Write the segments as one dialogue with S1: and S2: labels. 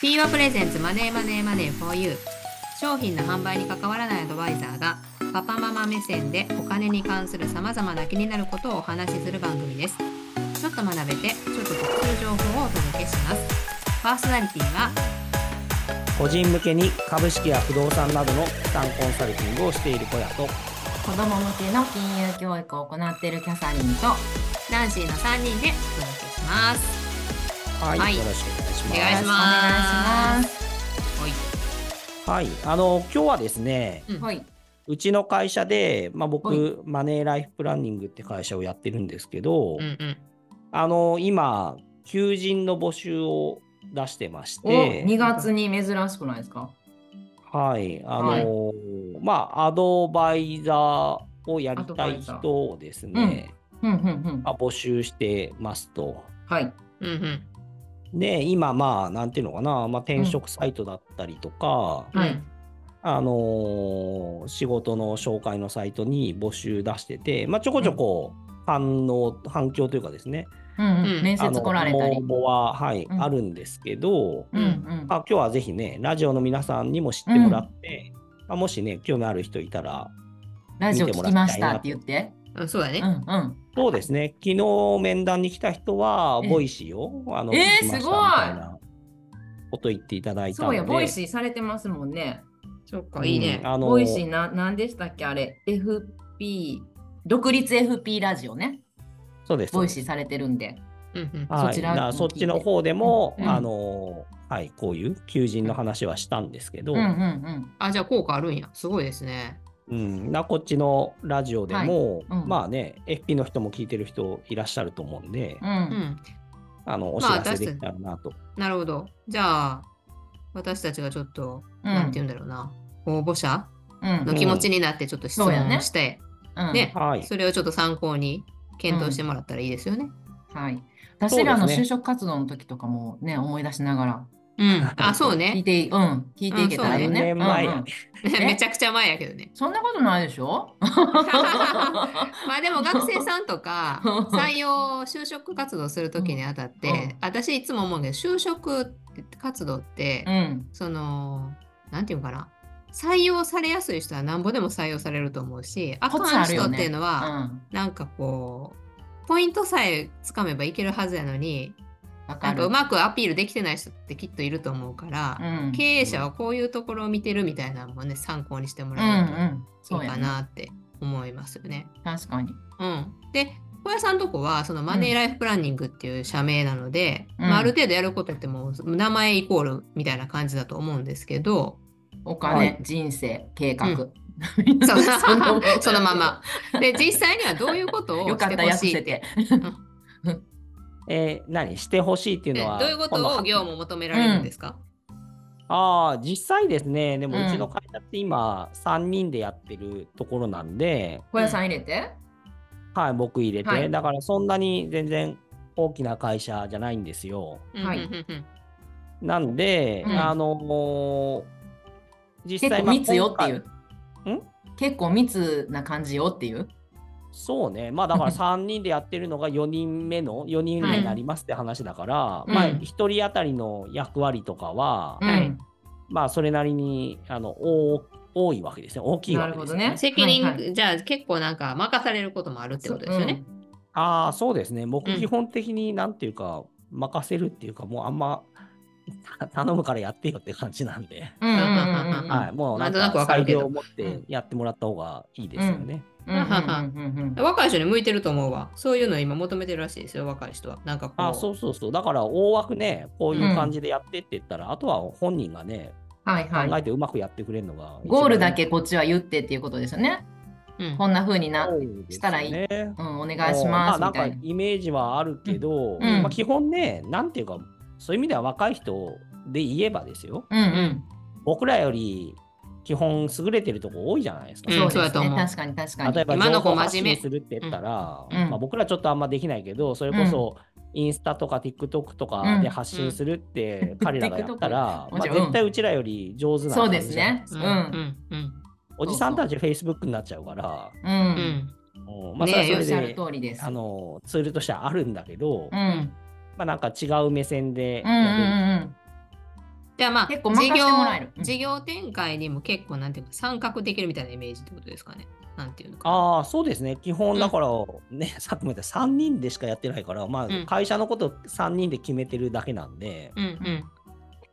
S1: p ワプレゼンツマネーマネーマネー 4U 商品の販売に関わらないアドバイザーがパパママ目線でお金に関するさまざまな気になることをお話しする番組ですちょっと学べてちょっと得する情報をお届けしますパーソナリティは
S2: 個人向けに株式や不動産などの資産コンサルティングをしている小屋と
S3: 子ども向けの金融教育を行っているキャサリンと
S1: ナンシーの3人でお届けします
S2: はい、
S1: はい
S2: よろしくお願いします
S1: お願いします
S3: お願いし
S1: はい
S2: はいあの今日はですね
S1: うん
S3: ますはい、
S2: うちの会社で、まあ、僕、
S3: は
S2: マネーライフプランニングって会社をやってるんですけ
S1: う
S2: ど、
S1: んうん
S2: あの今求人の募集を出してまし
S3: お
S2: て
S3: 2月に珍しくないですか
S2: はい、あのーまあ、アドバイザーをやりたい人をですね、
S3: うんうんうん
S2: まあ、募集してますと。
S3: はい
S1: うんうん
S2: で、今、まあ、なんていうのかな、まあ、転職サイトだったりとか、
S3: はい
S2: あのー仕事の紹介のサイトに募集出してて、まあ、ちょこちょこ反応、反響というかですね、
S3: うん
S1: う
S3: うんん面
S2: あ
S3: 接
S2: の
S3: 来られたり
S2: 応募は、はい、
S3: うん
S2: あるんですけど、
S3: うんうん
S2: まあ、今日はぜひね、ラジオの皆さんにも知ってもらって、まあ、もしね、興味ある人いたら、
S3: ラジオ聞きましたって言って
S1: あそうだね、
S3: うんうん
S2: そうですね、昨日面談に来た人は、
S3: ええ
S2: ボイシーを、あの、
S3: え
S2: 聞
S3: え
S2: きました
S3: すごい
S2: みたいなこと言っていただいた
S3: そ
S2: の
S3: う
S2: で、
S3: やボイシーされてますもんね
S1: そっかいいね
S2: うん、あの
S3: ボイシーな何でしたっけあれ FP 独立 FP ラジオね
S2: そうです。
S3: ボイシーされてるんで
S1: うんうん
S2: はい、
S3: そちら
S2: な
S3: も聞いて
S2: そっちの方でも、
S3: うん
S2: あの、はい、こういう求人の話はしたんですけど、
S3: うん
S2: う
S3: うん
S2: ん、
S1: あじゃあ効果あるんやすごいですね
S2: なこっちのラジオでも、
S3: はいうん
S2: まあね、FP の人も聞いてる人いらっしゃると思うんで
S3: うんう、ん
S1: うん
S2: あの、お知
S1: まあ
S2: らせできたらなと。
S1: なるほどじゃあ私たちがちょっと、
S3: うん
S1: なんて言うんだろうな応募者
S3: うん
S1: の気持ちになってちょっと質
S3: そうやね
S1: 問して、
S3: うん
S1: ね
S2: はい。
S1: それをちょっと参考に検討してもらったらいいですよね。
S3: はい。
S2: そうですね
S3: 私らの就職活動の時とかもね、思い出しながら
S1: うん、あそう
S3: 聞い
S1: ね。
S3: てい、うん、聞いていけたらいいね。
S2: うんそうね
S3: う
S2: 何年
S3: ん
S2: 前や
S3: うん ね
S1: めちゃくちゃ前やけどね。
S3: そんなことないでしょ
S1: まあでも学生さんと か採用就職活動する時にあたって、
S3: うんうん
S1: 私いつも思うんだけど就職活動って、
S3: うん。
S1: そのなんていうのかな採用されやすい人はなんぼでも採用されると思うしあ
S3: コツ
S1: かん
S3: ある
S1: 人
S3: よ
S1: っ
S3: ね
S1: ていうの
S3: う
S1: は、
S3: ん。
S1: なんかこうポイントさえつかめばいけるはずやのに
S3: わか
S1: なんか
S3: る。
S1: うまくアピールできてない人ってきっといると思うから、
S3: うん。
S1: 経営者はこういうところを見てるみたいなのもね参考にしても
S3: う
S1: らえる
S3: んうん。
S1: と
S3: そ
S1: いうい
S3: や
S1: か
S3: な。
S1: なって思いますよね。
S3: 確かに。
S1: うん、で小屋さんとこはそのマネーライフプランニングっていう社名なので、
S3: うん
S1: まあ、ある程度やることってもう名前イコールみたいな感じだと思うんですけど
S3: お
S2: は
S3: 金
S2: い、
S3: 人生、計画
S1: うん。
S3: そ
S1: そ の
S3: の
S1: そのまま。。で実際にはどういうことを
S3: よ
S1: し
S3: かってた、
S1: ほ
S3: 安く
S1: しい
S3: せ
S1: って
S3: て。
S2: えー何してほしいっていう
S1: え
S2: のは、
S1: どういうこ
S2: 今度
S1: とを業務求められるんですか、
S2: ああ、実際ですね、でも
S3: うん
S2: うちの会社って今、3人でやってるところなんで、
S3: 小屋さん入れて。
S2: はい、僕入れて、
S3: はい
S2: だからそんなに全然大きな会社じゃないんですよ。
S1: うん
S3: はい
S1: うんうん
S2: なんで、
S3: うん
S2: あのもう実
S3: 結
S2: 際
S3: 構密よってい。
S2: まあ
S3: う
S2: 今回ん。
S3: 結構密な感じよっていう。
S2: そうね、まあだから3人でやってるのが4人目の、4人目になりますって話だから、
S3: い
S2: まあ
S3: うん
S2: 1人当たりの役割とかは、
S1: はい
S3: うん
S2: まあそれなりにあの多多いわけですね、大きいわ
S3: な
S2: け
S3: る
S2: です
S3: ほ
S2: ね。
S3: どね。
S1: 責任、
S3: はいはい
S1: じゃあ結構なんか任されることもあるってことですよね。
S2: ああ、そうですね。僕、
S1: うん
S2: 基本的になんていうか、任せるっていうか、もうあんまた頼むからやってよって感じなんで、
S3: うん。うんうんうんうん
S2: はい、もうなん
S1: なんとなくわかる
S2: 裁
S1: けど
S2: 量を持ってやってもらった方がいいですよね。
S3: うんうんうんうん
S1: 若い人に向いてると思うわ。そういうの今求めてるらしいですよ、若い人は。なんかこう。
S2: ああ、そうそうそう。だから、大枠ね、こういう感じでやってって言ったら、あとは本人がね、
S3: はい
S2: 考
S3: は
S2: えてうまくやってくれるのが、
S3: い。ゴールだけこっちは言ってっていうことですよね。
S1: うん
S3: こんな風にな、うん、したらいい
S2: ね。
S3: お願いし
S2: ま
S3: ます
S2: あ、
S3: み
S2: な
S3: た
S2: ん
S3: い
S2: か
S3: な。
S2: イメージはあるけど、
S3: んうん
S2: まあ、基本ね、なんていうか、そういう意味では若い人で言えばですよ。
S3: うんうん。
S2: 僕らより基本優れてるとこ多いじゃないですか。
S1: うんそうやと思う
S3: 確かに確かに。
S2: 例えば
S1: 今の
S2: 情
S1: 子
S2: 報
S1: 真
S2: 発
S1: 面目
S2: 信するって言ったら、
S3: うんうん
S2: まあ、僕らちょっとあんまできないけどそれこそインスタとか TikTok とかで発信するって彼らがやったら、
S3: うん TikTok
S2: まあ、絶対うちらより上手な
S3: そう
S2: 感
S3: で
S2: じ
S3: す
S2: じゃん
S3: ね。う
S1: うんん。うん。
S2: おじさんたち Facebook になっちゃうから、
S3: う。
S1: うんん。
S2: うんまあ、
S1: ね
S2: それ
S1: え
S3: お
S2: は
S3: っ
S2: そ
S3: しゃ
S2: れ
S3: る
S2: で、
S3: 通りです。
S2: あのツールとしてはあるんだけど、
S3: う
S2: ま
S3: ん。
S2: あ、なんか違う目線で
S3: うんうんうん。
S1: じゃあまあ、
S3: 結構任せてもらえるうん
S1: 事業事業展開にも結構、なんていうか、参画できるみたいなイメージってことですかね。なんていうのか。
S2: ああ、そうですね。基
S1: う
S2: 本
S1: ん
S2: だから、ね、さっきも言った3人でしかやってないから、ま
S1: うん
S2: あ、会社のこと3人で決めてるだけなんで、
S1: うんうん。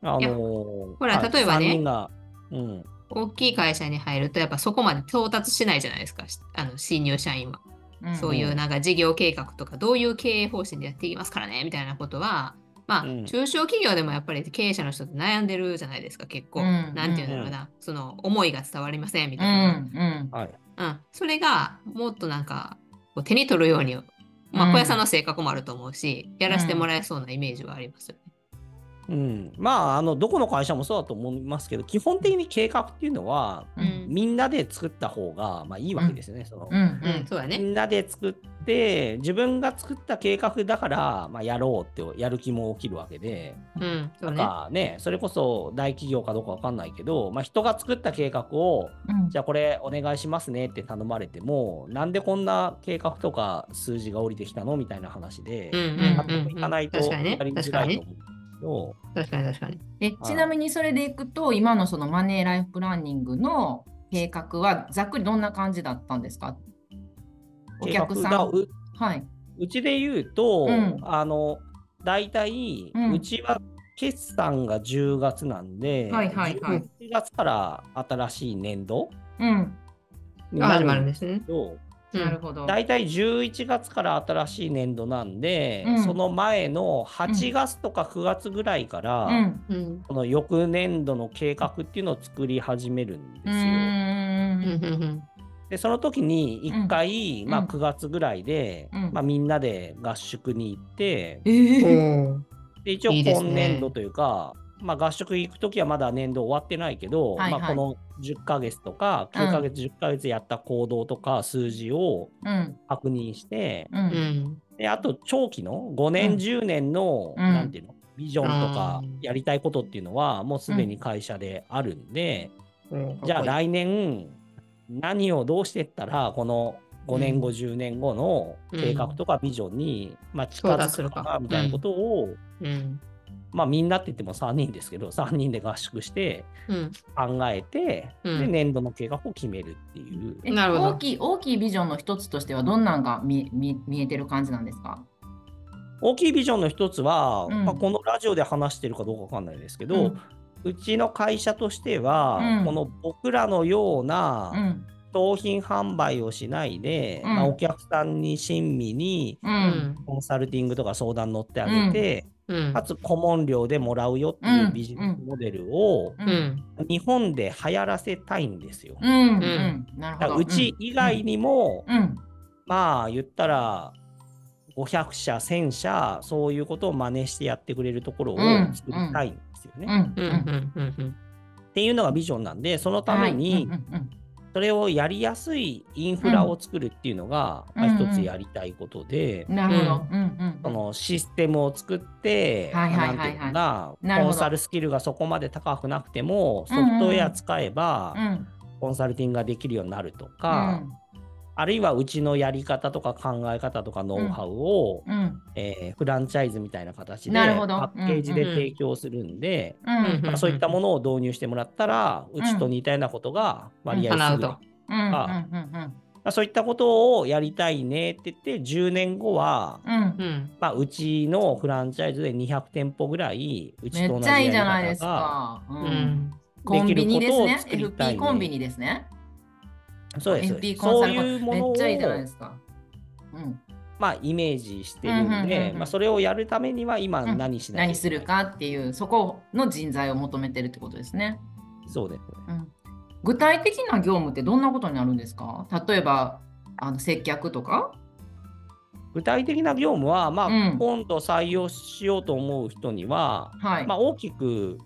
S2: あの
S1: いや
S2: ー
S1: ほら
S2: はい
S1: 例えばね
S2: 3人が、うん、
S1: 大きい会社に入ると、やっぱそこまで到達しないじゃないですか、しあの新入社員は。
S3: ん
S1: そういうなんか事業計画とか、どういう経営方針でやっていきますからね、みたいなことは、まあ、
S2: うん
S1: 中小企業でもやっぱり経営者の人って悩んでるじゃないですか、結構。
S3: うん
S1: なんていうんだろうな、その思いが伝わりません、み
S3: う
S1: たいな。
S3: んうん
S2: はい。
S1: うん、それがもっとなんかこう手に取るように、まあ、
S3: うん
S1: 小屋さんの性格もあると思うし、やらせてもらえそうなイメージはありますよね。
S2: うん、まああのどこの会社もそうだと思いますけど基本的に計画っていうのは
S3: う
S1: うんん、
S2: みんなで作った方が、まあ、いいわけですよね。その
S3: うんうん
S1: うん、そうだ
S2: み
S1: ね。
S2: んなで作って自分が作った計画だから、まあ、やろうってやる気も起きるわけで
S1: うん、そう
S2: なん
S1: ね。
S2: かねそれこそ大企業かどうかわかんないけど、まあ、人が作った計画を
S3: うん
S2: じゃあこれお願いしますねって頼まれてもなんでこんな計画とか数字が降りてきたのみたいな話で
S1: うん、うん、
S2: 納
S1: うん
S2: 得いかないと
S1: 確か
S2: や
S1: にね
S2: り。づ
S1: 確
S2: ら
S1: か
S2: い
S1: に
S2: と
S1: ね。
S2: 思うんですけど。
S1: 確かに、確かに。
S3: え
S2: い
S3: ちなみにそれでいくと今のそのマネーライフプランニングの計画はざっくりどんな感じだったんですかお客
S2: 計
S3: さ
S2: 画が
S3: ん。
S2: う
S3: はい。
S2: うちで言うと、
S3: うん
S2: あの大体、
S3: うん
S2: うちは決算が10月なんで、
S3: はいはいはい
S2: 11月から新しい年度
S3: うん。
S2: に
S1: あ
S2: な
S1: 始まるん
S2: る
S1: で
S2: んです
S1: すね。
S2: けど
S1: うん
S3: なるほど。
S2: 大体11月から新しい年度なんで、
S3: うん
S2: その前の8月とか9月ぐらいから、
S3: うん。
S1: うん、
S2: この翌年度の計画っていうのを作り始めるんです
S3: う
S2: よ。
S1: う
S3: ーん。
S1: ん、うん、うん。
S2: でその時に1回、
S3: うん
S2: まあ、
S3: うん
S2: 9月ぐらいで、
S3: うん
S2: まあ、みんなで合宿に行って、
S3: えー
S1: おー
S2: で一応
S1: いいですね
S2: 今年度というか、まあ、合宿行く時はまだ年度終わってないけど、
S3: はいはい
S2: まあ、この10ヶ月とか
S3: うん
S2: 9ヶ月、10ヶ月やった行動とか数字を
S3: うん。
S2: 確認して
S3: う。
S1: うんん、
S2: であと長期の5年、
S3: うん
S2: 10年の、
S3: うん
S2: なんていうのビジョンとか
S1: うん
S2: やりたいことっていうのはもうすでに会社であるんで、じゃあ
S1: イ
S2: 来年何をどうしてったらこの5年後、10年後の計画とかビジョンに、まあ、近づく
S1: 到達する
S2: か
S1: か
S2: なみたいなことを、
S1: うん、
S2: まあみんなって言っても3人ですけど、3人で合宿して
S1: うん、
S2: 考えて、
S1: うん
S2: で、年度の計画を決めるっていう。
S3: え
S1: なるほど
S3: 大きい大きいビジョンの一つとしてはどんなんが見見見えてる感じなんですか
S2: 大きいビジョンの一つは、
S3: うん
S2: まあこのラジオで話してるかどうかわかんないですけど、
S3: う
S2: うんちの会社としては、
S3: うん
S2: この僕らのよう
S3: う
S2: なん商品販売をしないで、
S3: うん
S2: まあお客さんに親身に
S3: う
S1: うんん、
S2: コンサルティングとか相談乗ってあげて、
S1: うん、
S2: かつ顧問料でもらうよっていううんビジネスモデルを
S3: う
S1: うん
S3: うん
S1: ん、
S2: 日本で流行らせたいんですよ。
S3: うん
S1: う
S3: なる
S2: だか
S3: ほど
S2: らうち以外にも、
S3: うんうん
S2: まあ言ったら500社1000社そういうことを真似してやってくれるところを
S3: うん
S2: 作りたいんですよね。
S3: うん
S2: っ
S1: うん、うん、うん、
S2: ていうのがビジョンなんでそのために
S3: はいうんうん
S2: それをやりやすいインフラを作るっていうのが、
S3: うん
S2: まあ
S3: うんうん
S2: 一つやりたいことで。
S3: うんなるほどうんうん
S2: そのシステムを作って、
S3: はいはいはいはい
S2: なんていうのか
S3: な
S2: な
S3: るほ
S2: コ
S3: ど
S2: ンサルスキルがそこまで高くなくてもソフトウェア使えば、
S3: うん
S2: コンサルティングができるようになるとか、
S3: うん
S2: あるいはうちのやり方とか考え方とかノウハウを、
S3: うん
S2: えーフランチャイズみたいな形で
S3: なるほど
S2: パッケージで
S1: うんうん
S2: 提供するんで、
S3: う
S1: うん
S3: ん
S2: まあそういったものを導入してもらったら、うちと似たようなことが割合
S1: 叶
S2: す
S1: う
S2: る、
S1: と
S2: ま。
S3: うんうん
S2: あ
S3: うん
S2: あそういったことをやりたいねって言って10年後は、
S3: うん
S1: うん、
S2: まあ、うちのフランチャイズで200店舗ぐらいうち
S3: め
S2: と同
S3: っ
S2: じ
S3: ちゃ
S2: や
S3: いい
S2: り
S3: じゃないで
S2: 方
S3: す
S2: が
S3: かう
S1: うんん、
S3: コンビニですね
S2: できることを作りたい
S3: FP
S2: ね
S3: コンビニですね
S2: そうですそうで
S3: FP
S2: す
S3: コン
S2: そ
S3: サ
S2: う
S3: ルコン
S2: いうも
S3: め
S2: の
S3: っ
S2: を
S3: ちゃいいじゃないですかうん
S2: まあ、イメージしてるん
S3: うんうんうん
S2: で、
S3: うん
S2: まあ、それをやるためには今
S3: うん
S2: 何しないといけない、
S3: 何するかっていうそこの人材を求めてるってことですね
S2: そうです、
S3: うん具体的な業務ってどんなことになるんですか例えばあの接客とか、
S2: 具体的な業務は、まあ
S3: うん
S2: 今度採用しようと思う人には、
S3: はい
S2: まあ、大きく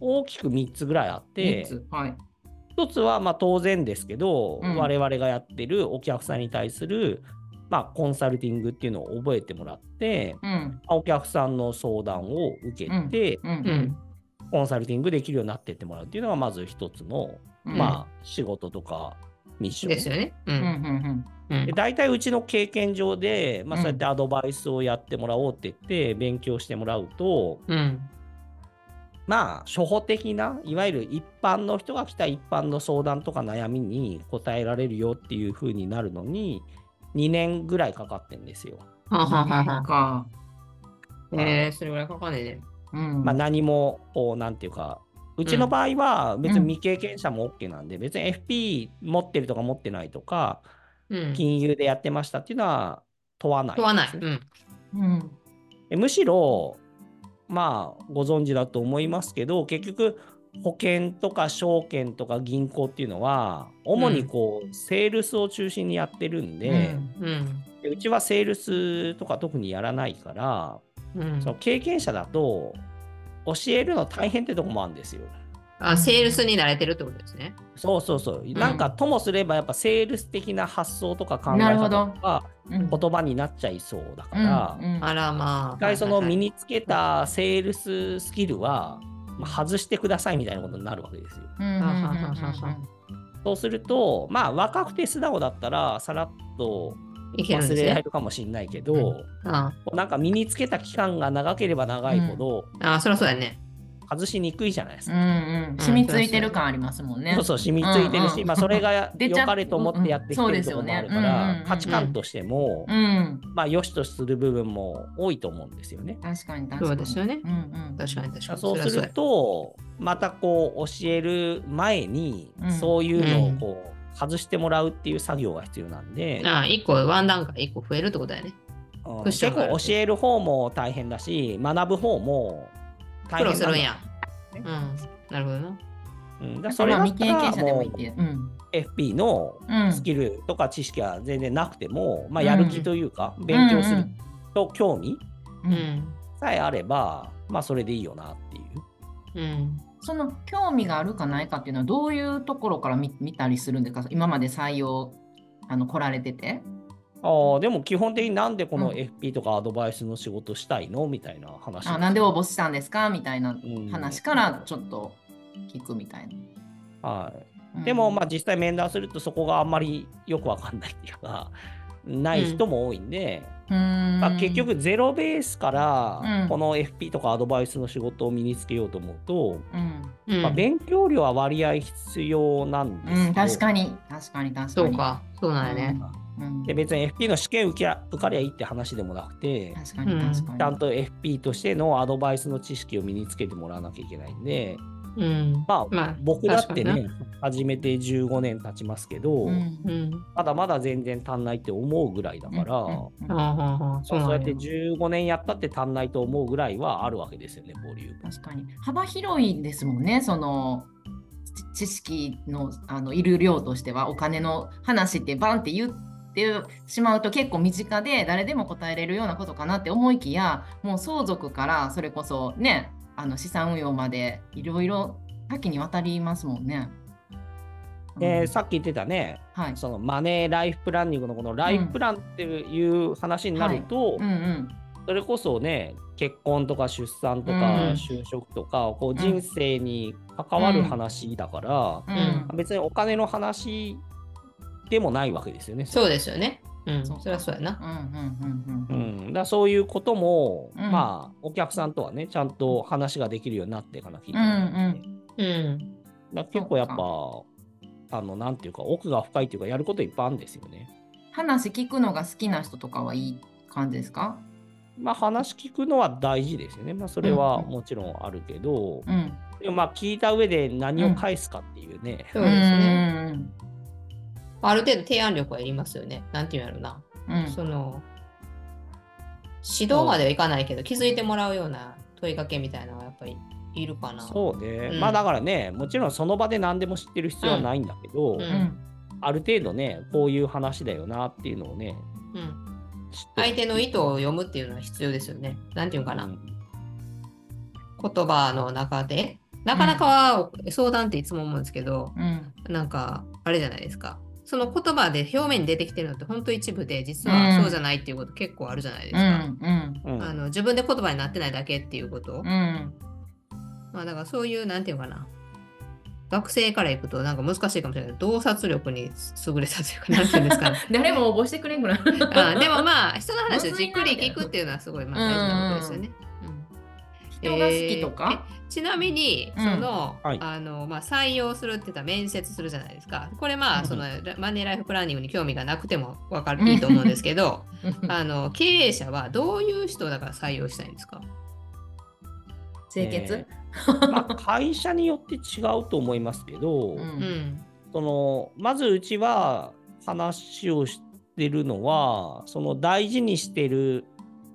S2: 大きく3つぐらいあっ
S3: 三
S2: て
S3: つはい
S2: 1つはまあ当然ですけど、
S3: うん
S2: 我々がやってるお客さんに対する、まあ、コンサルティングっていうのを覚えてもらって、
S3: うん
S2: まあお客さんの相談を受けて、
S3: う
S1: うんん、
S2: コンサルティングできるようになってってもらうっていうのがまず1つの
S3: うん
S2: まあ、仕事とかミッション。
S1: ですよね。う
S3: うんうん
S1: ん、うん
S2: で、大体うちの経験上で、まあ、
S3: うん
S2: そうやってアドバイスをやってもらおうって言って勉強してもらうと、
S1: うん、
S2: まあ、初歩的な、いわゆる一般の人が来た一般の相談とか悩みに答えられるよっていう風になるのに、2年ぐらいかかってんですよ。
S1: はあはあはあは
S3: か。
S1: あ。えー、それぐらいかかんねえね。
S3: うん。
S2: まあ、何も、こう、なんていうか、うちの場合は別に未経験者も OK なんで、別に FP 持ってるとか持ってないとか、
S1: うん。
S2: 金融でやってましたっていうのは問わない、
S1: 問わない。うん。
S3: うん。
S2: えむしろまあご存知だと思いますけど結局保険とか証券とか銀行っていうのは主にこう、セールスを中心にやってるんで,
S1: うん。
S2: で、うちはセールスとか特にやらないから、
S1: うん
S2: その経験者だと教えるの大変ってとこもあるんですよ。
S1: あ、セールスに慣れてるってことですね。
S2: そうそうそう、なんかともすればやっぱセールス的な発想とか考え
S3: なる
S2: 方
S3: ほど
S2: とか
S3: うん。
S2: 言葉になっちゃいそうだ
S3: う
S2: か
S3: ん
S2: ら、
S3: うん
S1: あらまあ。
S2: 一回その
S1: はいはいは
S2: 身
S1: い
S2: につけたセールススキルはまあ外してくださいみたいなことになるわけですよ。
S3: うんうんうん
S2: そうするとまあ若くて素直だったらさらっと
S1: いけるん
S2: 忘
S1: で
S2: れ
S1: す
S2: られ
S1: ね。
S2: るかもしれないけど、
S1: うんあ
S2: なんか身につけた期間が長ければ長いほど
S1: あ、そりゃそうだよね。
S2: 外しにくいじゃないです
S3: う
S2: か。
S3: んうん。染みついてる感ありますもんね
S2: そう。そう染みついてるし、
S3: うんうん
S2: まあ、それが
S3: 出
S2: 良
S3: ちゃう
S2: かれと思ってやってきて
S3: うんうん
S2: る
S3: そう
S2: とこ
S3: ですよ
S2: ろもあ
S3: ね
S2: るから
S3: うんうんうんうん
S2: 価値観としても、
S3: うん。
S2: まあ良しとする部分も多いと思うんですよね。
S3: 確かに確
S1: そ
S3: かに。
S1: うですよね
S3: うんうん。
S1: 確かに確かに。
S2: そう
S1: そりゃ
S2: す
S1: そうだ
S2: るとまたこう教える前に、
S3: うん
S2: そういうのをこう外してもらうっていう作業が必要なんで、
S1: ああ、一個、ワン段階一個増えるってことだよね。
S2: うん
S1: クッショ
S2: 結
S1: ンがある
S2: 構教える方も大変だし学ぶ方も
S1: 苦
S2: 大変
S1: 労
S2: なん
S1: す
S2: だ
S1: るんや。うん。なるほどな。
S2: うん、だか
S3: ま
S2: ら
S3: あ
S2: それだった
S3: 未経験
S2: ら
S3: 者でも
S2: も
S3: いいけど。うん。
S2: う FP の
S3: うん。
S2: スキルとか知識は全然なくても、まあ、やる気というか、勉強すると興味
S1: う
S3: う。
S1: ん
S3: うん
S1: ん。
S2: さえあれば、まあ、それでいいよなっていう。
S1: うん。
S3: その興味があるかないかっていうのはどういうところから見見たりするんですか今まで採用あの来られてて。
S2: ああでも基本的になんでこ
S3: う
S2: の
S3: ん
S2: FP とかアドバイスの仕事したいのみたいな話す
S3: あ
S2: よ
S3: なんで応募したんですかみたいな
S2: うん
S3: 話からちょっと聞くみたいな。
S2: は
S3: うん
S2: い、でも、まあ、実際面談するとそこがあんまりよくわかんないっていうかない人も多いんで、
S3: うん
S2: まあ、結局ゼロベースか
S3: う
S2: ら
S3: ん
S2: この FP とかアドバイスの仕事を身につけようと思うと、
S3: うん、
S1: うん
S2: まあ、勉強量は割合必要なんですよ、
S3: うん、確かに確かに確かに。
S1: そうか。そうなんやね。
S3: うん。
S2: で別に FP の試験受けゃ受かりゃいいって話でもなくて。
S3: 確かに確かに。
S2: ちゃんと FP としてのアドバイスの知識を身につけてもらわなきゃいけないんで、
S1: うん。
S2: まあ
S1: まあ
S2: 僕だっ
S1: 確
S2: てね始めて15年経ちますけど、
S3: うん
S1: うん。
S2: まだまだ全然足んないって思うぐらいだから、
S3: うんう
S1: ああ、
S3: んうん
S1: はあはあ。
S2: そ
S1: そうう
S2: そう
S1: なん
S2: やっ
S1: や
S2: て。15年やったって足んないと思うぐらいはあるわけですよね、ボリューム。
S3: 確かに幅広いですもんねその知知識のあのいる量としてはお金の話ってバンって言ってしまうと結構身近で誰でも答えれるようなことかなって思いきやもう相続からそれこそねあの資産運用までいろいろ多岐にわたりますもんね。
S2: で、
S3: うん
S2: さっき言ってたね、
S3: はい、
S2: そのマネーライフプランニングのこのライフプランっていう話になると、
S3: うんうん
S2: それこそね、結婚とか出産とか
S3: うん
S2: 就職とか、こう人生に関わる話だから、
S3: うん
S2: 別にお金の話でもないわけですよね。
S1: そうですよね。うん。
S3: そう
S1: そりゃそうやな。
S3: うんうんう
S2: うん
S3: う
S2: ん、
S3: ん
S2: だからそういうことも、
S3: うん
S2: まあお客さんとはねちゃんと話ができるようになっていかなきゃいけないんで、
S1: うん。
S2: だから結構やっぱあのなんていうか奥が深いっていうかやることいっぱいあるんですよね。
S3: 話聞くのが好きな人とかはいい感じですか、
S2: まあ話聞くのは大事ですよね。まあそれはもちろんあるけど、
S3: うん
S2: でもまあ聞いた上で何を返すかっていうね、
S1: そうですね。
S3: うんうん
S1: ある程度提案力はいりますよね。なんていうんやろな。
S3: うんうん
S1: その、指導まではいかないけど、気づいてもらうような問いかけみたいなのはやっぱりいるかな。
S2: そうね、
S1: うん
S2: まあだからねもちろんその場で何でも知ってる必要はないんだけど、
S1: うん
S3: うん
S2: ある程度ねこういう話だよなっていうのをね
S1: うん。
S2: 知って
S1: 相手の意図を読むっていうのは必要ですよね。なんていうんかな。
S2: うん
S1: 言葉の中で。なかなかは相談っていつも思うんですけど、
S3: うん
S1: なんかあれじゃないですか。その言葉で表面に出てきてるのって本当一部で実はそうじゃないっていうこと結構あるじゃないです
S3: う
S1: か。
S3: ん
S2: うん
S1: あの自分で言葉になってないだけっていうこと、
S3: うん
S1: まあだからそういうなんていうのかな学生から行くとなんか難しいかもしれない洞察力に優れたというかなんていうんです かね
S3: 誰も応募してくれんぐらい。
S1: あでもまあ人の話をじっくり聞くっていうのはすごいまあ大事なことですよね。うん
S3: 人が好きとか、
S1: ちなみに、
S3: うん
S1: その、
S2: はい
S1: あの、まあ、採用するって言ったら面接するじゃないですか。これま
S3: う
S1: あ、
S3: ん
S1: その、マネーライフプランニングに興味がなくてもわかる、いいと思うんですけど、あの、経営者はどういう人だから採用したいんですか
S3: 清
S2: え
S3: 潔、
S2: ーまあ、会社によって違うと思いますけど、
S3: う
S1: うんん。
S2: そのまずうちは話をしてるのはその大事にしてる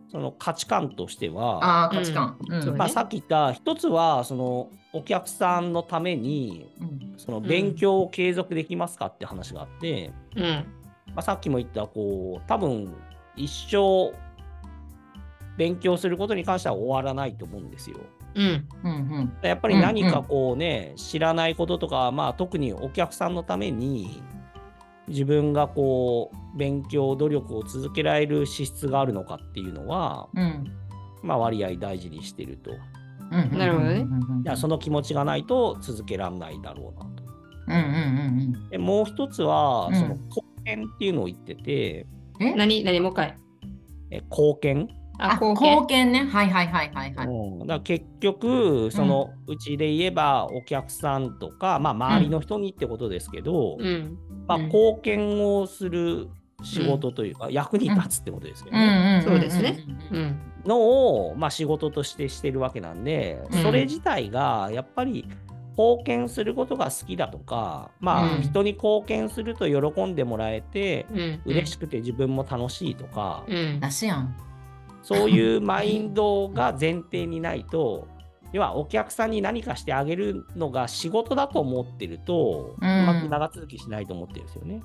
S2: その価値観としては、
S3: ああ価値観、うん
S1: そう
S2: まあ、さっき言った一つはそのお客さんのために
S3: うん
S2: その
S1: ん
S2: 勉強を継続できますかって話があって、
S1: うん。
S2: まあ、さっきも言ったこう多分一生勉強することに関しては終わらないと思うんですよ。
S1: うん。
S3: うん
S2: やっぱり何かこうね、知らないこととか、まあ、特にお客さんのために自分がこう勉強努力を続けられる資質があるのかっていうのは、
S3: うんうん
S2: まあ、割合大事にしてるとい
S3: うんうん
S1: なるほどね
S3: うんうんうん
S2: やその気持ちがないと続けられないだろうなと。
S3: うんうん
S2: でもう一つは、
S3: うん
S2: その貢献っていうのを言ってて
S3: うんうんえ
S1: 何、何、もう一回。
S2: え貢献、
S1: あ、貢献。
S3: 貢献貢献ねはいはいはいはいはい、
S2: うん、だから結局そのうちで言えばお客さんとか、まあ、周りの人にってことですけど、
S1: うん。
S2: まあ、
S1: うん
S2: 貢献をする仕事というか、役に立つってことですよね。
S3: ん
S1: そうですね
S3: う
S1: うんん。
S2: のを、まあ、仕事としてしてるわけなんで、
S3: うん
S2: それ自体がやっぱり貢献することが好きだとか、ま
S3: う
S2: あ、
S3: ん
S2: 人に貢献すると喜んでもらえて、
S1: うん。
S2: 嬉しくて自分も楽しいとか、
S1: うん。
S3: だしやん
S2: そういうマインドが前提にないと、要はお客さんに何かしてあげるのが仕事だと思ってると、う
S3: うん
S2: まく長続きしないと思ってるんですよね。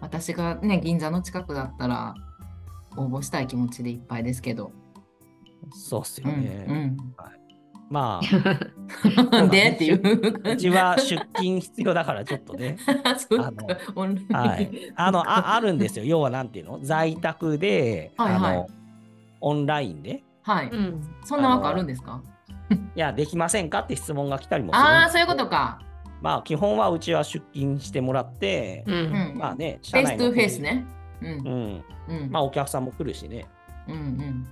S3: 私がね銀座の近くだったら応募したい気持ちでいっぱいですけど、
S2: そうっす
S3: う
S2: よ
S3: ん
S2: ね。まあ、
S3: うん、 でっていう
S2: うちは出勤必要だからちょっと ね、
S3: そう か
S2: あの
S3: オンラ
S2: は
S3: イン、
S2: い、あのああるんですよ要はなんていうの在宅で、
S3: はいは
S2: あ
S3: い
S2: のオンラインで
S3: はい
S1: うん。
S3: そんな枠あるんですか
S2: いやできませんかって質問が来たりもするんです
S3: ああーそういうことか、
S2: まあ基本はうちは出勤してもらって、
S1: う。
S3: うんん
S2: まあね
S3: フ
S2: 社
S3: ェイス
S2: 内の
S3: トゥフェイスねうん
S2: うん
S3: うん
S2: まあお客さんも来るしね、
S3: うんうん
S2: うん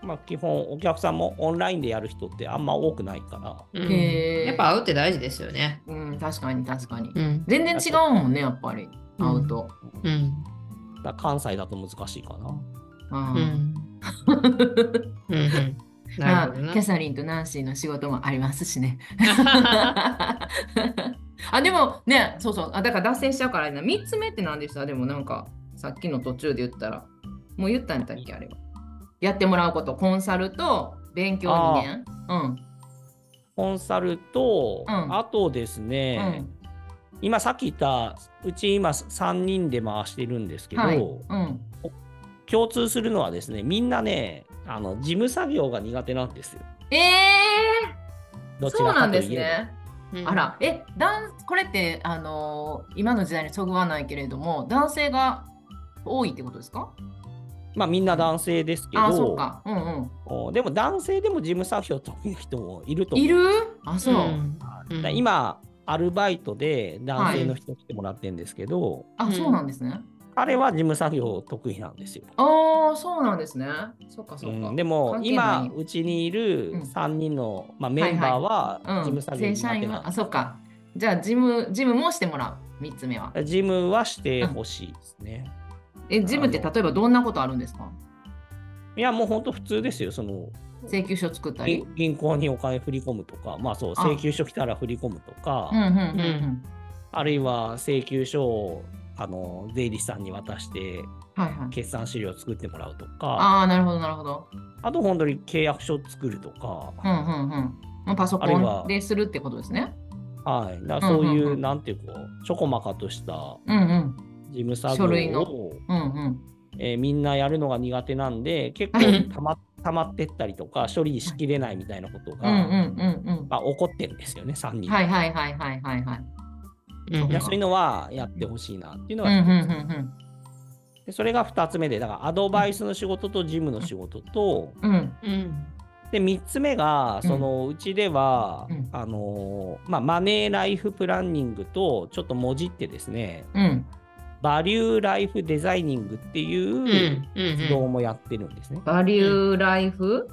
S2: まあ、基本お客さんもオンラインでやる人ってあんま多くないから
S1: うん
S3: へー
S1: やっぱ会うって大事ですよね。
S3: うん確かに確かに、
S1: うん。
S3: 全然違うもんねやっぱり
S1: うん
S3: 会うと、
S1: うん。
S2: だから関西だと難しいかな。
S3: あ
S1: う
S3: ー
S1: ん。うんうん。な
S3: ま
S1: る
S3: あ
S1: ほどな
S3: キャ。サリンとナンシーの仕事もありますしね
S1: は
S3: あでもねそうそうあだから脱線しちゃうからな3つ目って何でしたでもなんかさっきの途中で言ったらもう言ったんだっけあれはやってもらうことコンサルと勉強2年うん
S2: コンサルと、
S3: うん
S2: あとですね、今さっき言ったうち今3人で回してるんですけど、
S3: はいうん
S2: 共通するのはですねみんなねあの事務作業が苦手なんですよ
S3: ええ
S2: ど
S3: ー、
S2: ち
S3: そう
S2: ら
S3: な
S2: か
S3: ん
S2: といえば
S3: ですね。あら、え、男これってあのー今の時代にそぐわないけれども、男性が多いってことですか？
S2: まあみんな男性ですけ
S3: あ、そっ
S2: ど
S3: か。うんうん。
S2: おでも男性でも事務作業得意な人もいると思う
S3: いる？あ、そう。
S1: うん。
S2: だから今アルバイトで男性の人来てもらってるんですけど、
S3: あ、そうなんですね。
S2: 彼は事務作業得意なんですよ、
S3: ああ、そうなんですね。そっかそっか。
S2: うんでも
S3: 関係な
S2: 今
S3: いう
S2: ちにいる
S3: うん
S2: 3人の、まあ、メンバーは事務
S3: うん、
S2: 作業
S3: 正
S2: 苦
S3: 社
S2: 手な
S3: 員
S2: ん
S3: は
S2: で
S3: あ、
S2: す
S3: そっか。じゃあジムジムもしてもらう。三つ目は。
S2: ジムはしてほしいですね、
S3: え、ジムって例えばどんなことあるんですか？
S2: いやもうほんと普通ですよその
S3: 請求書作ったり
S2: 銀。銀行にお金振り込むとか、まあ、そう
S3: あ
S2: 請求書来たら振り込むとか、
S3: うんうんうん
S2: あるいは請求書をあの税理士さんに渡して
S3: うん。はいはい。
S2: 決算資料を作ってもらうとかあ
S3: ああ、なるほどなるほど。
S2: と本当に契約書を作るとか、
S3: うんうんうん。まあパソ
S2: あるい
S3: コ
S2: は
S3: ンでするってことですね。
S2: はい、だからそういう,、
S3: うんうんうん
S2: なんていうかちょこまかとした事
S3: うんうん。
S2: 務作
S3: 書類
S2: 業
S3: の
S2: を、
S3: うんうん。
S2: えーみんなやるのが苦手なんで結構
S3: はい
S2: たま たまってったりとか処理しきれないみたいなこと
S3: う
S2: が、
S3: んうんうんうん。
S2: まあ、起こってるんですよね3人。
S3: はいはいはいはいはいはい。
S1: うん
S2: いやそういうのはやってほしいなっていうの
S3: うん
S2: は
S3: う
S2: 一つ
S3: んうん
S2: でそれが2つ目でだからアドバイスの仕事と事務の仕事と
S3: うん。うん
S1: うん。
S2: で3つ目が
S3: うん
S2: そのうちでは、
S3: うん
S2: あのーまあ、マネーライフプランニングとちょっともじってですね
S3: うん。
S2: バリューライフデザイニングって
S1: う。
S2: いうん
S1: うん。
S2: 活動もやってるんですね。
S3: バリューライフ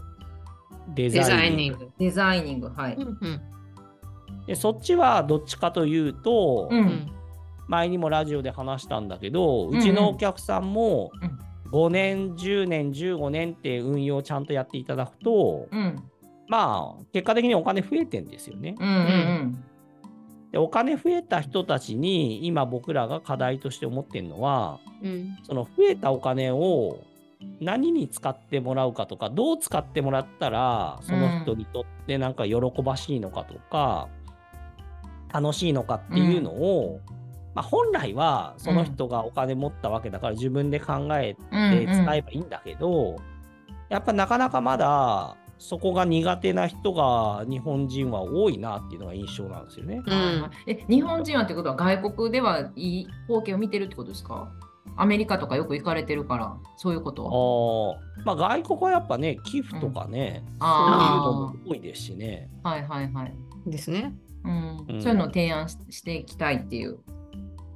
S2: デ
S1: デ
S2: ザ
S1: ザ
S2: イ
S1: イ
S2: ン
S1: ニング。
S3: デザイニング、はい。
S1: うんうん
S2: でそっちはどっちかというと、
S3: う
S1: うんん。
S2: 前にもラジオで話したんだけど、
S3: ん
S2: うちのお客さんも
S3: う
S2: 5
S3: ん
S2: 年10年15年って運用をちゃんとやっていただくと、
S3: うん、
S2: まあ結果的にお金増えてんですよね。
S3: うん、うん、
S2: でお金増えた人たちに今僕らが課題として思ってるのは
S1: うん。
S2: その増えたお金を何に使ってもらうかとかどう使ってもらったらその人にとってなんか喜ばしいのかとか、楽しいのかっていうのを、まあ、本来はその人がお金持ったわけだから自分で考え
S3: うん。
S2: て使えばいいんだけど、やっぱなかなかまだそこが苦手な人が日本人は多いなっていうのが印象なんですよね。
S1: う
S3: はい
S1: ん
S3: はい。え、日本人はってことは外国ではいい光景を見てるってことですかアメリカとかよく行かれてるから、そういうこ
S2: あ
S3: と。
S2: ーまあ、外国はやっぱね寄付とかね、そういうの
S3: あ
S2: も多いですしね。
S3: あ、はいはいはい。
S1: ですね。
S3: うん
S2: うん
S3: そういうのを提案ししていきたいっていう。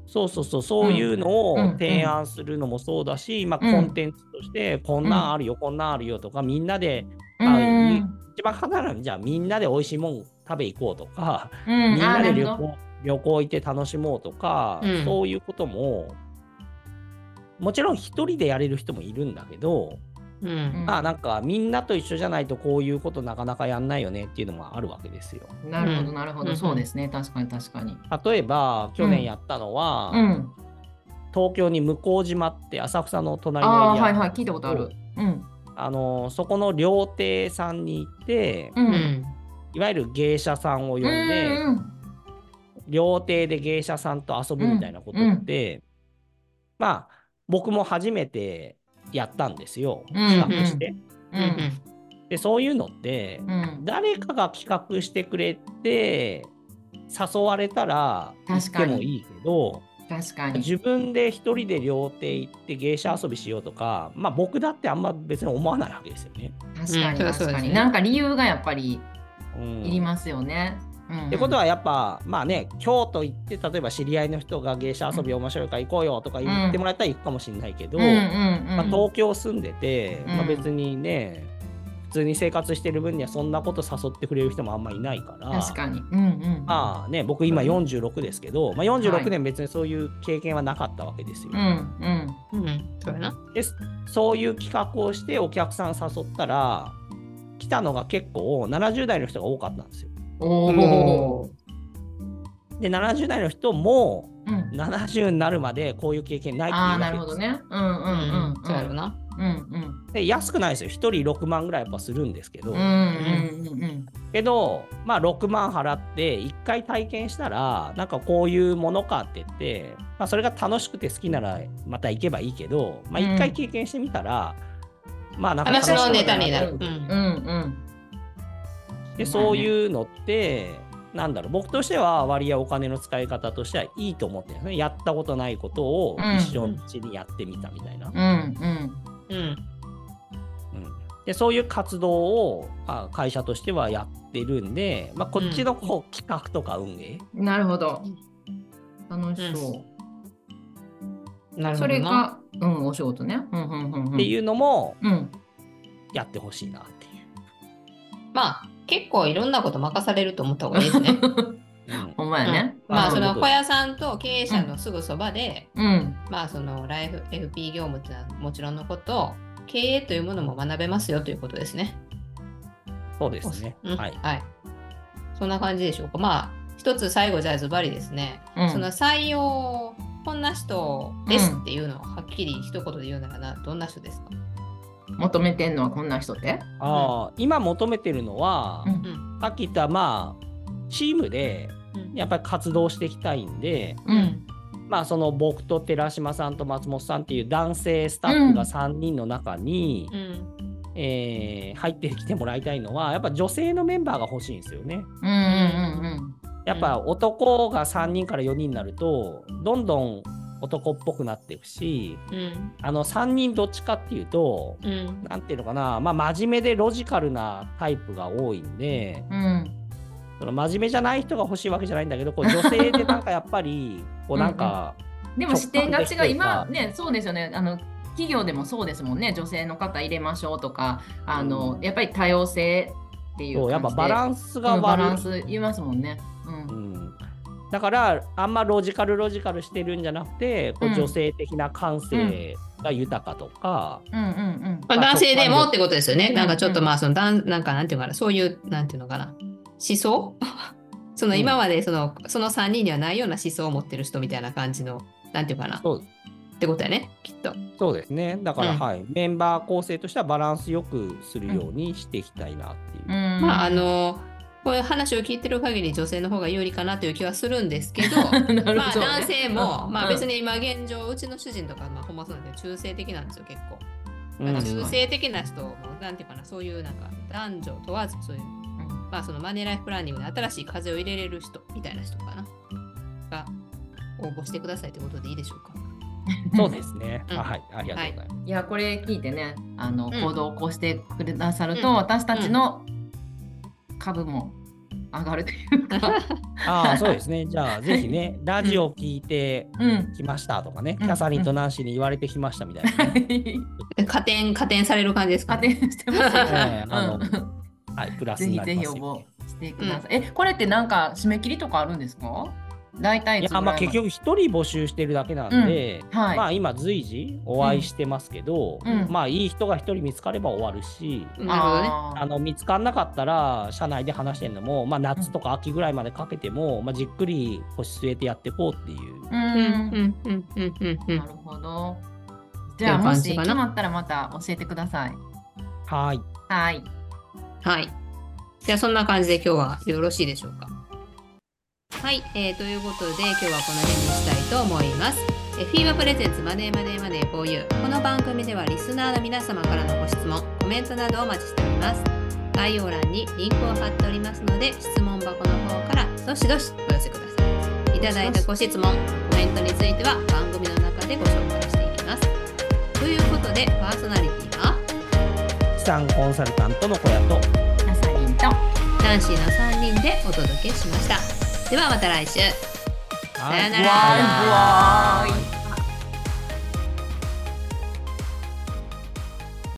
S2: そうそうそう、そういうのを
S3: うん
S2: 提案するのもそうだし、まあ、
S3: うん
S2: コンテンツとして、こんなんあるよ、こんなんあるよとか、みんなで、
S3: うん
S2: あいい一番簡単なのはじゃあ、みんなで美味しいもん食べ行こうとか、
S3: うん
S2: みんなで旅
S3: あーるほど
S2: 行旅行行って楽しもうとか、
S1: うん
S2: そういうことも、もちろん一人でやれる人もいるんだけど、
S1: う
S3: うん
S1: ん。
S2: まあなんかみんなと一緒じゃないとこういうことなかなかやんないよねっていうのもあるわけですよ。
S3: なるほど、なるほ
S1: うん
S3: ど。そうですね。確かに確かに。
S2: 例えば去年やったのは、
S3: うん。
S2: 東京に向島って浅草の隣
S3: あ
S2: のエ
S3: あー、
S2: リア
S3: はいはい。聞いたことある。うん。
S2: あのそこの料亭さんに行って、
S3: う。
S1: うんん。
S2: いわゆる芸者さんを呼ん
S3: うん
S2: で、料亭で芸者さんと遊ぶみたいなことって、まあ僕も初めてやったんですよ
S3: うん
S2: 企画して。
S3: う。
S1: うんん。
S2: でそういうのって
S3: う、ん。
S2: 誰かが企画してくれて誘われたら行っ
S3: 確か
S2: て
S3: に
S2: もいいけど
S3: 確かに。
S2: 自分で一人で料亭行って芸者遊びしようとかまあ僕だってあんま別に思わないわけですよね。
S3: 確かに
S1: うんそうそう
S3: 確
S1: で
S3: か
S1: す
S3: に。
S1: ね
S3: なんか理由がやっぱり
S2: うん
S3: いりますよね。うん
S2: ってことはやっぱまあね京都行って例えば知り合いの人が芸者遊び面白いから行こうよとか言ってもらえたら行くかもしれないけど、
S3: うんうん
S2: まあ、
S3: うん
S2: 東京住んでて、まあ、
S3: うん
S2: 別にね普通に生活してる分にはそんなこと誘ってくれる人もあんまいないから
S3: 確かに。うんうん。
S2: まあね僕今46ですけど、まあ、
S3: はい
S2: 46年別にそういう経験はなかったわけですよ。
S3: うんうん。
S1: うん。そうやな。
S2: でそういう企画をしてお客さん誘ったら来たのが結構70代の人が多かったんですよ。
S3: おお。
S2: で70代の人も
S3: うん。
S2: 70になるまでこういう経験ないって
S3: ああ、
S2: いう
S3: なる
S2: わ
S3: ほ
S2: けで
S3: ど
S2: す、
S3: ね。うんうん
S1: う
S3: うん。
S1: そうやろな。
S3: うん
S2: で安くないですよ1人6万ぐらいやっぱするんですけど、
S3: うん。うんうんうん
S2: けどまあ6万払って1回体験したらなんかこういうものかって言って、まあ、それが楽しくて好きならまた行けばいいけど、まあ、
S3: うん
S2: 1回経験してみたら、まあなんか楽し
S1: 話
S2: い
S1: のネタになる。う
S2: う
S1: ん。
S3: うんうんん
S2: でそういうのってなんだろう僕としては割合お金の使い方としてはいいと思ってるんですねやったことないことを一生のうちにやってみたみたいな。
S3: うんうん
S1: うん。
S2: うんでそういう活動をあ会社としてはやってるんで、まあ、こっちのこう企画とか運営、
S3: うん。なるほど。楽しそう。
S1: なるほど
S3: それ
S1: な。
S3: が、うん、お仕事ね。うんうんうんうん。
S2: っていうのも
S3: うん。
S2: やってほしいなってい
S1: まあ、結構いろんなこと任されると思った方がいいですね。
S2: う。うん
S3: ほんまやね。
S1: うんまあ、
S2: うん
S1: その小屋さんと経営者のすぐそばで、
S3: うん。
S1: まあ、そのライフ FP 業務ってのはもちろんのこと、経営というものも学べますよということですね。
S2: そうですね、
S1: うん
S2: はい。
S1: そんな感じでしょうか。まあ、一つ最後、じゃあズバリですね。
S3: うん
S1: その採用、こんな人ですっていうのをはっきり一言で言うならな、どんな人ですか
S3: 求めてんのはこんな人って。
S2: あー今求めてるのは、
S3: うん
S2: さっき言ったまあチームでやっぱり活動していきたいんで、
S3: う
S1: うんん。
S2: まあ、その僕と寺島さんと松本さんっていう男性スタッフが3人の中に、
S1: うん。
S2: えー入ってきてもらいたいのはやっぱ女性のメンバーが欲しいんですよね。
S3: うんうん
S2: やっぱ男が3人から4人になるとどんどん男っぽくなっていくし
S1: うん。
S2: あの3人どっちかっていうと
S1: うん。
S2: 何ていうのかな、まあ、真面目でロジカルなタイプが多いんで
S3: うん。うん。
S2: その真面目じゃない人が欲しいわけじゃないんだけどこう女性でなんかやっぱりこうなんか
S3: でも視点が
S2: 直感
S3: 違
S2: 的とい
S3: う。
S2: うか
S3: 今ね、そうですよね。あの企業でもそうですもんね。女性の方入れましょうとか、あの、やっぱり多様性っていう
S2: そうやっぱバラ
S3: ン
S2: ンス
S3: ス
S2: が
S3: バ
S2: 悪い
S3: ランス言いますもんね。う
S2: うんんだからあんまロジカルロジカルしてるんじゃなくてこう
S3: うん
S2: 女性的な感性が豊かとか、
S3: うんうん
S1: まあ、男性でもってことですよね。
S3: うん
S1: なんかちょっとまあその男なんかなんていうのかなそういうなんていうのかな思想 その
S2: うん
S1: 今までその,、その3人にはないような思想を持ってる人みたいな感じのなんていうかなっ
S2: そう
S1: てことやねきっと。
S2: そうですねだから、
S1: うん
S2: はいメンバー構成としてはバランスよくするようにしていきたいなっていう
S3: う、ん。
S1: まああのこういう話を聞いてる限り女性の方が有利かなという気はするんです けど
S3: なるほどね
S1: まあ男性も、まあ、別
S3: に
S1: に今現状うちの主人とかまあほんまそうなんですけど中性的なんですよ結構。
S2: うん
S1: なんか中性的な人もなんていうかなそういうなんか男女問わずそういうまあそのマネーライフプランニングで新しい風を入れれる人みたいな人かなが応募してくださいってことでいいでしょうか。
S2: そうですね、
S1: うん
S2: あはいありがとうございます、
S3: いやこれ聞いてねあの、
S1: ん
S3: 行動を起こしてくださると、
S1: うん
S3: 私たちの株も上がるというか、
S2: ああそうですねじゃあぜひねラジオ聞いて
S3: うん、
S2: きましたとかね、
S3: うん
S2: キャサリンとナンシーに言われてきましたみたいな、 ね
S1: 加点加点される感じですか、
S3: 加
S1: ね。
S3: 点してますよ、
S2: ええあの
S3: うん
S2: はいプラス
S3: ぜ
S2: に
S3: ひ
S2: な
S3: ぜ
S2: りま
S3: ひ
S2: す
S3: 応
S2: よ
S3: 募してください。え、これってなんか締め切りとかあるんですか？大体
S2: い
S3: いつぐ
S2: や
S3: らい
S2: ま
S3: ま
S2: あ
S3: で
S2: 結局一人募集してるだけなんで、
S3: はい、
S2: まあ今随時お会いしてますけど、
S3: うん
S2: まあいい人が一人見つかれば終わるし、
S1: なるほどね。
S3: あー
S2: あの見つからなかったら社内で話してるのも、まあ、夏とか秋ぐらいまでかけても、まあ、じっくり腰据えてやっていこうっていう、
S1: うん
S3: うん、
S1: うんうんうんうんう。
S3: なんるほど。じゃあも
S1: 感
S3: し
S1: じ
S3: 決
S1: かな
S3: まったらまた教えてください。
S2: はい
S3: はい。
S1: はい。じゃあそんな感じで今日はよろしいでしょうか。はい、えーということで今日はこの辺にしたいと思います。えーフィーバープレゼンツマネーマネーマネー 4U この番組ではリスナーの皆様からのご質問コメントなどをお待ちしております概要欄にリンクを貼っておりますので質問箱の方からどしどしお寄せくださいいただいたご質問コメントについては番組の中でご紹介していきますということでパーソナリティは
S2: 資産コンサルタントの小屋と
S3: キャサリンと
S1: 男子の3人でお届けしましたではまた来週さよなら
S2: はい
S3: バイバイ